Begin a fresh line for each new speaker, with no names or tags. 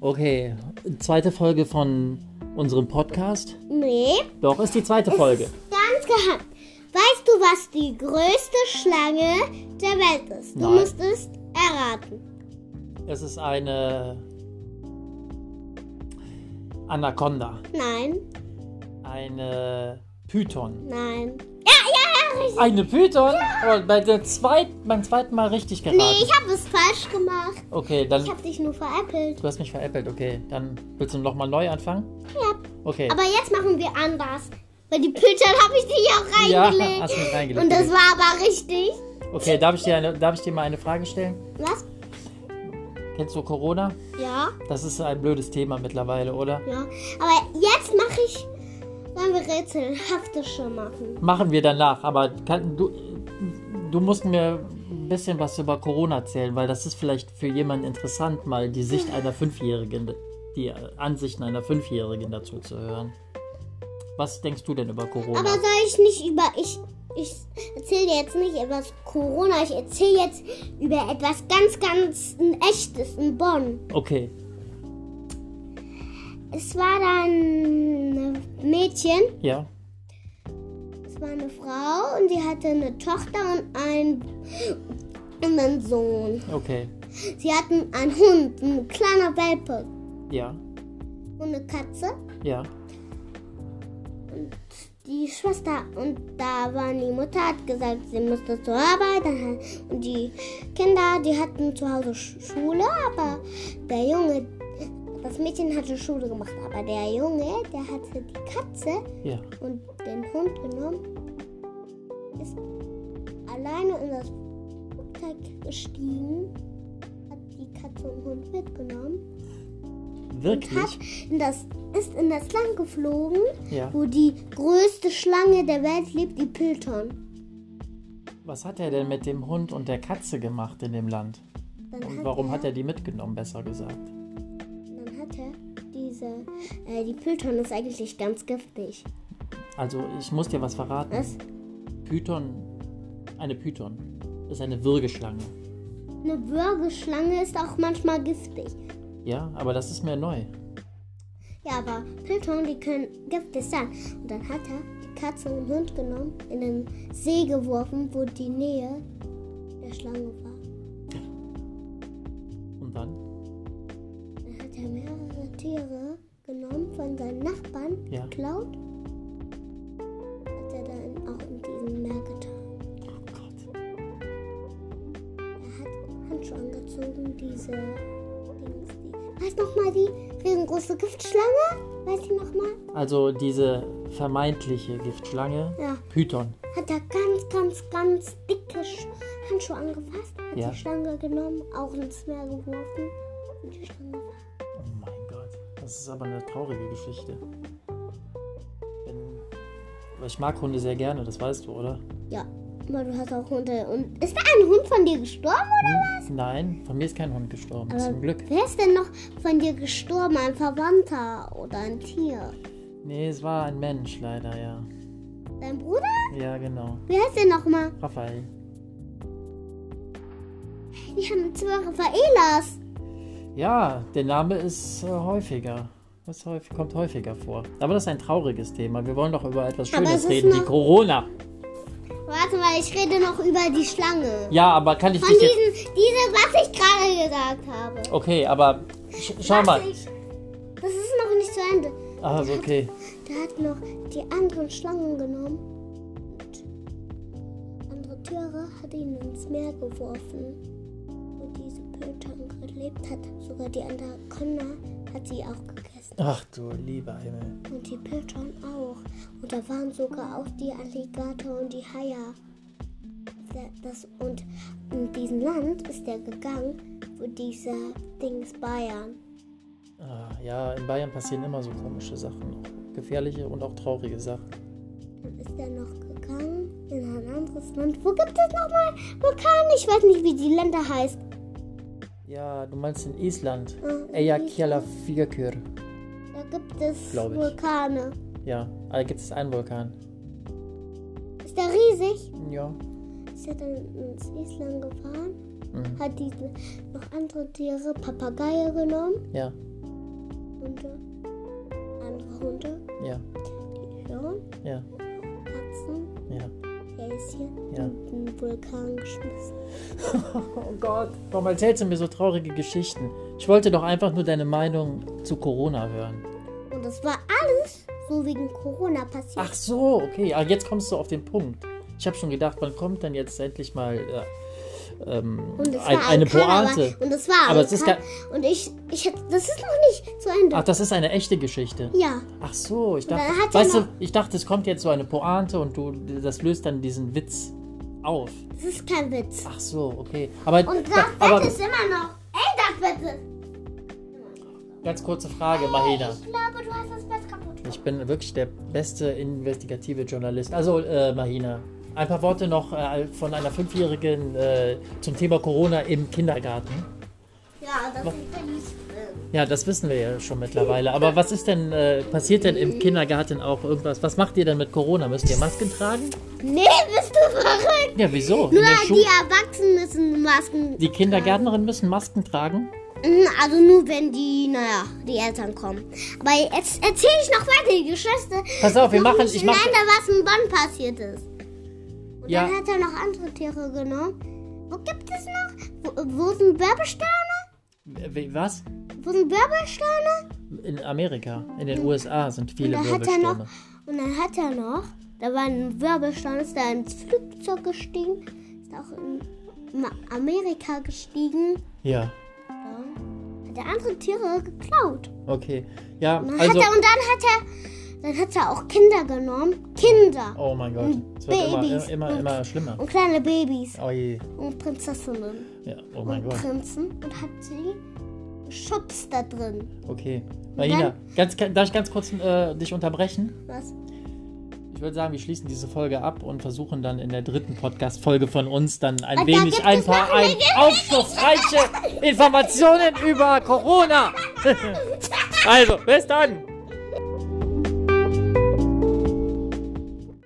Okay, zweite Folge von unserem Podcast.
Nee,
Doch, ist die zweite Folge.
ganz geheim. Weißt du, was die größte Schlange der Welt ist? Du
Nein.
musst es erraten.
Es ist eine Anaconda,
Nein,
eine Python.
nein. Ja, ja, ja, richtig.
Eine Python? Oh, bei der zweit, beim zweiten Mal richtig geraten.
Nee, ich habe es falsch gemacht.
Okay, dann
Ich habe dich nur veräppelt.
du hast mich veräppelt. Okay, dann willst du noch mal neu anfangen?
Ja.
Okay.
Aber jetzt machen wir anders. Weil die Pilzern habe ich dich auch
ja,
reingelegt.
hast du mich reingelegt.
Und das war aber richtig.
okay, darf ich, dir eine, darf ich dir mal eine Frage stellen?
Was?
Kennst du Corona?
Ja,
Das ist ein blödes Thema mittlerweile, oder?
ja. Aber jetzt mache ich, wollen wir rätselhafte schon machen.
Machen wir danach, aber kann, du, du musst mir ein bisschen was über Corona erzählen, weil das ist vielleicht für jemanden interessant, mal die Sicht einer Fünfjährigen, die äh, Ansichten einer Fünfjährigen dazu zu hören. Was denkst du denn über Corona?
Aber soll ich nicht über. Ich, ich erzähle dir jetzt nicht über das Corona, ich erzähle jetzt über etwas ganz, ganz ein echtes in Bonn.
Okay,
Es war dann ein Mädchen,
ja,
es war eine Frau und die hatte eine Tochter und einen, und einen Sohn.
okay,
Sie hatten einen Hund, ein kleiner Welpe
ja,
und eine Katze.
ja,
die Schwester und da waren die Mutter hat gesagt, sie musste zur Arbeit dann hat, und die Kinder, die hatten zu Hause Sch- Schule, aber der Junge, das Mädchen hatte Schule gemacht, aber der Junge, der hatte die Katze
ja.
und den Hund genommen, ist alleine in das Flugzeug gestiegen, hat die Katze und Hund mitgenommen und hat
Wirklich?
in das ist in das Land geflogen
Ja.
wo die größte Schlange der Welt lebt, die Pilton.
Was hat er denn mit dem Hund und der Katze gemacht in dem Land?
Dann
Und warum hat er die mitgenommen, besser gesagt?
Dann hat er diese. Äh, die Pilton ist eigentlich ganz giftig.
Also, ich muss dir was verraten.
Was?
Python, eine Python, ist eine Würgeschlange.
Eine Würgeschlange ist auch manchmal giftig.
Ja, aber das ist mir neu.
Ja, aber Pilton, die können giftig sein. Und dann hat er die Katze und den Hund genommen, in den See geworfen, wo die Nähe der Schlange war.
Und dann?
Dann hat er mehrere Tiere genommen von seinen Nachbarn,
Ja.
geklaut. Hat er dann auch in diesem Meer getan.
Oh Gott.
Er hat Handschuhe angezogen, diese Dings, die. Was nochmal die riesengroße Giftschlange? Weiß ich nochmal?
Also diese vermeintliche Giftschlange,
Ja.
Python.
Hat er ganz, ganz, ganz dicke Sch- Handschuhe angefasst, hat
Ja.
die Schlange genommen, auch ins Meer geworfen und die Schlange war.
Oh mein Gott. Das ist aber eine traurige Geschichte. Wenn- Aber ich mag Hunde sehr gerne, das weißt du, oder?
Ja. Aber du hast auch Hunde. Und ist da ein Hund von dir gestorben oder?
Hm? Nein, von mir ist kein Hund gestorben, zum Glück.
Wer ist denn noch von dir gestorben? Ein Verwandter oder ein Tier?
Nee, es war ein Mensch, leider, ja.
Dein Bruder?
Ja, genau.
Wer ist denn nochmal?
Raphael.
Ich habe zwei Raffaelas.
Ja, der Name ist äh, häufiger. Das häuf kommt häufiger vor. Aber das ist ein trauriges Thema. Wir wollen doch über etwas
Aber es
Schönes
ist
reden, wie
noch-
Corona.
Warte mal, ich rede noch über die Schlange.
Ja, aber kann ich
Von
dich jetzt.
diesen, diese, was ich gerade gesagt habe.
Okay, aber sch schau
Was
mal.
Ich, das ist noch nicht zu Ende.
Ah, okay.
Der hat noch die anderen Schlangen genommen. Und andere Tiere hat ihn ins Meer geworfen. Und diese Piltern gelebt hat. Sogar die Anaconda hat sie auch gegessen.
Ach du lieber Himmel.
Und die Piltern auch. Und da waren sogar auch die Alligator und die Haie. Da- Das, und in diesem Land ist er gegangen, wo dieser Dings Bayern.
Ah, ja, in Bayern passieren immer so komische Sachen. Auch gefährliche und auch traurige Sachen.
Dann ist er noch gegangen in ein anderes Land. Wo gibt es nochmal Vulkane? Ich weiß nicht, wie die Länder heißt.
Ja, du meinst in Island.
Ah, in
Eyjafjallajökull.
Da gibt es
Glaub ich.
Vulkane.
Ja, da gibt es einen Vulkan.
Ist der riesig?
Ja.
Ist er dann ins Island gefahren?
Mhm.
Hat die noch andere Tiere, Papageien genommen
Ja.
Hunde, andere Hunde,
Ja,
die hören,
ja,
Katzen,
ja.
Häschen,
Ja.
in den Vulkan geschmissen.
Oh Gott, warum erzählst du mir so traurige Geschichten? Ich wollte doch einfach nur deine Meinung zu Corona hören.
Und das war alles so wegen Corona passiert.
Ach so, okay. Ah, jetzt kommst du auf den Punkt. Ich habe schon gedacht, wann kommt denn jetzt endlich mal äh, ähm,
Und es
ein,
war
eine
ein Karneval.
Pointe?
Und es war
Aber
ein
es ist
Kar-
gar-
Und ich, ich, hab- das ist noch nicht zu Ende.
Ach, das ist eine echte Geschichte.
Ja,
Ach so, ich dachte,
dann hat er
weißt du,
noch-
ich dachte, es kommt jetzt so eine Pointe und du, das löst dann diesen Witz auf.
das ist kein Witz.
Ach so, okay. Aber,
Und das
aber
Bett ist immer noch. Ey, das Bett ist.
ganz kurze Frage, Mahena.
Ich glaube, du hast das Bett kaputt gemacht.
Ich bin wirklich der beste investigative Journalist. Also, äh, Mahina, ein paar Worte noch äh, von einer Fünfjährigen äh, zum Thema Corona im Kindergarten.
Ja, dass ich verliebt bin.
Ja, das wissen wir ja schon mittlerweile. Aber was ist denn, äh, passiert denn im Kindergarten auch irgendwas? Was macht ihr denn mit Corona? Müsst ihr Masken tragen?
Nee, bist du verrückt?
Ja, wieso? In
Nur
der Schule.
die Erwachsenen müssen Masken.
Die Kindergärtnerinnen müssen Masken tragen?
Mhm, Also nur wenn die, naja, die Eltern kommen. Aber jetzt erzähle ich noch weiter die Geschichte.
Pass auf, wir
noch
machen-
nicht
ich mach-
Ende, was in Bonn passiert ist. Und
Ja.
dann hat er noch andere Tiere genommen. Wo gibt es noch? Wo, wo sind Wirbelsterne?
W- Was?
Wo sind Wirbelsterne?
In Amerika, in den USA sind
Und
viele
dann hat er noch,
Wirbelstürme.
und dann hat er noch, da war ein Wirbelstern, ist da ins Flugzeug gestiegen, ist auch in Ma- Amerika gestiegen.
Ja,
Dann hat er andere Tiere geklaut.
okay. Ja,
Und dann,
also.
hat er, und dann hat er, dann hat er auch Kinder genommen. Kinder.
Oh mein Gott, es wird
Babys
immer, immer,
und-
immer, immer schlimmer.
Und kleine Babys.
Oh je.
Und Prinzessinnen.
Ja, oh mein
und
Gott.
Prinzen. Und hat sie geschubst da drin.
Okay. Marina, ganz, darf ich ganz kurz äh, dich unterbrechen?
Was?
Ich würde sagen, wir schließen diese Folge ab und versuchen dann in der dritten Podcast-Folge von uns dann ein
Und da
wenig
gibt
ein
es
paar
noch eine
ein, aufschlussreiche Informationen über Corona. also, bis dann.